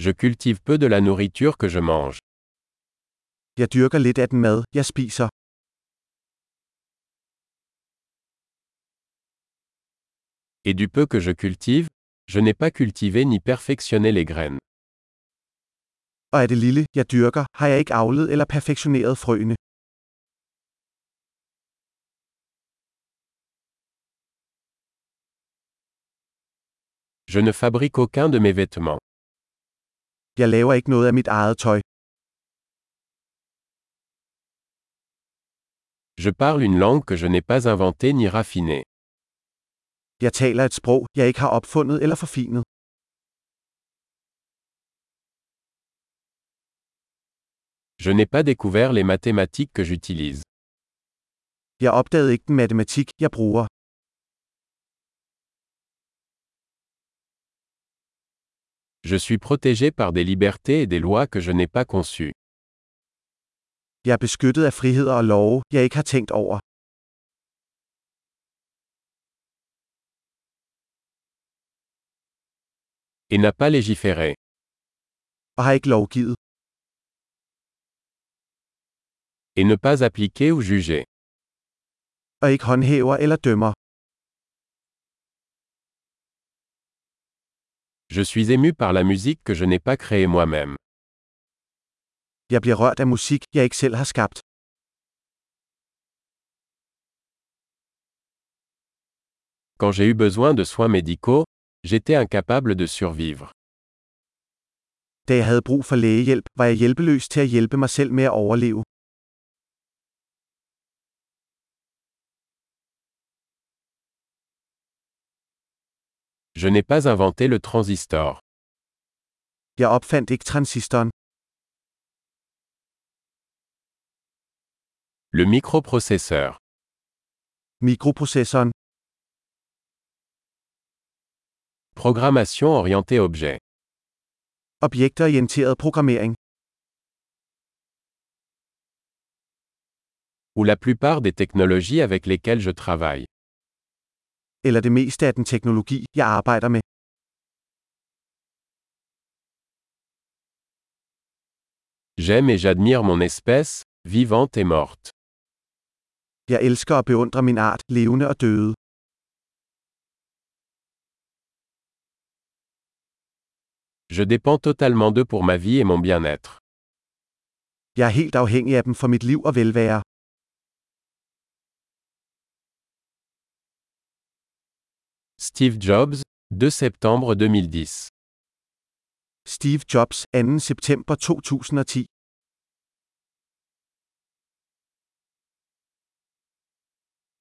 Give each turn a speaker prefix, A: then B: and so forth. A: Je cultive peu de la nourriture que je mange.
B: Jeg dyrker lidt af den mad, jeg spiser.
A: Et du peu que je cultive, je n'ai pas cultivé ni perfectionné les graines.
B: Og af det lille, jeg dyrker, har jeg ikke avlet eller perfektioneret frøene.
A: Je ne fabrique aucun de mes vêtements.
B: Jeg laver ikke noget af mit eget tøj.
A: Je parle une langue que je n'ai pas inventée ni raffinée.
B: Jeg taler et sprog, jeg ikke har opfundet eller forfinet.
A: Je n'ai pas découvert les mathématiques que j'utilise.
B: Jeg opdagede ikke den matematik, jeg bruger.
A: Je suis protégé par des libertés et des lois que je n'ai pas conçues.
B: Jeg er beskyttet af friheder og love, jeg ikke har tænkt over.
A: Et n'a pas légiféré.
B: Og har ikke lovgivet.
A: Et ne pas appliquer ou juger.
B: Og ikke håndhæver eller dømmer.
A: Je suis ému par la musique que je n'ai pas créée moi-même.
B: Jeg bliver rørt af musik, jeg ikke selv har skabt.
A: Quand j'ai eu besoin de soins médicaux, j'étais incapable de survivre.
B: Da jeg havde brug for lægehjælp, var jeg hjælpeløs til at hjælpe mig selv med at overleve.
A: Je n'ai pas inventé le transistor.
B: Jeg opfandt ikke transistoren.
A: Le microprocesseur.
B: Mikroprocessoren.
A: Programmation orientée objet.
B: Objektorienteret programmering.
A: Ou la plupart des technologies avec lesquelles je travaille.
B: Eller det meste af den teknologi, jeg arbejder med.
A: J'aime et j'admire mon espèce, vivante et morte.
B: Jeg elsker og beundrer min art, levende og døde.
A: Je dépends totalement d'eux pour ma vie et mon bien-être.
B: Jeg er helt afhængig af dem for mit liv og velvære.
A: Steve Jobs, 2 septembre 2010.
B: Steve Jobs, 2. september 2010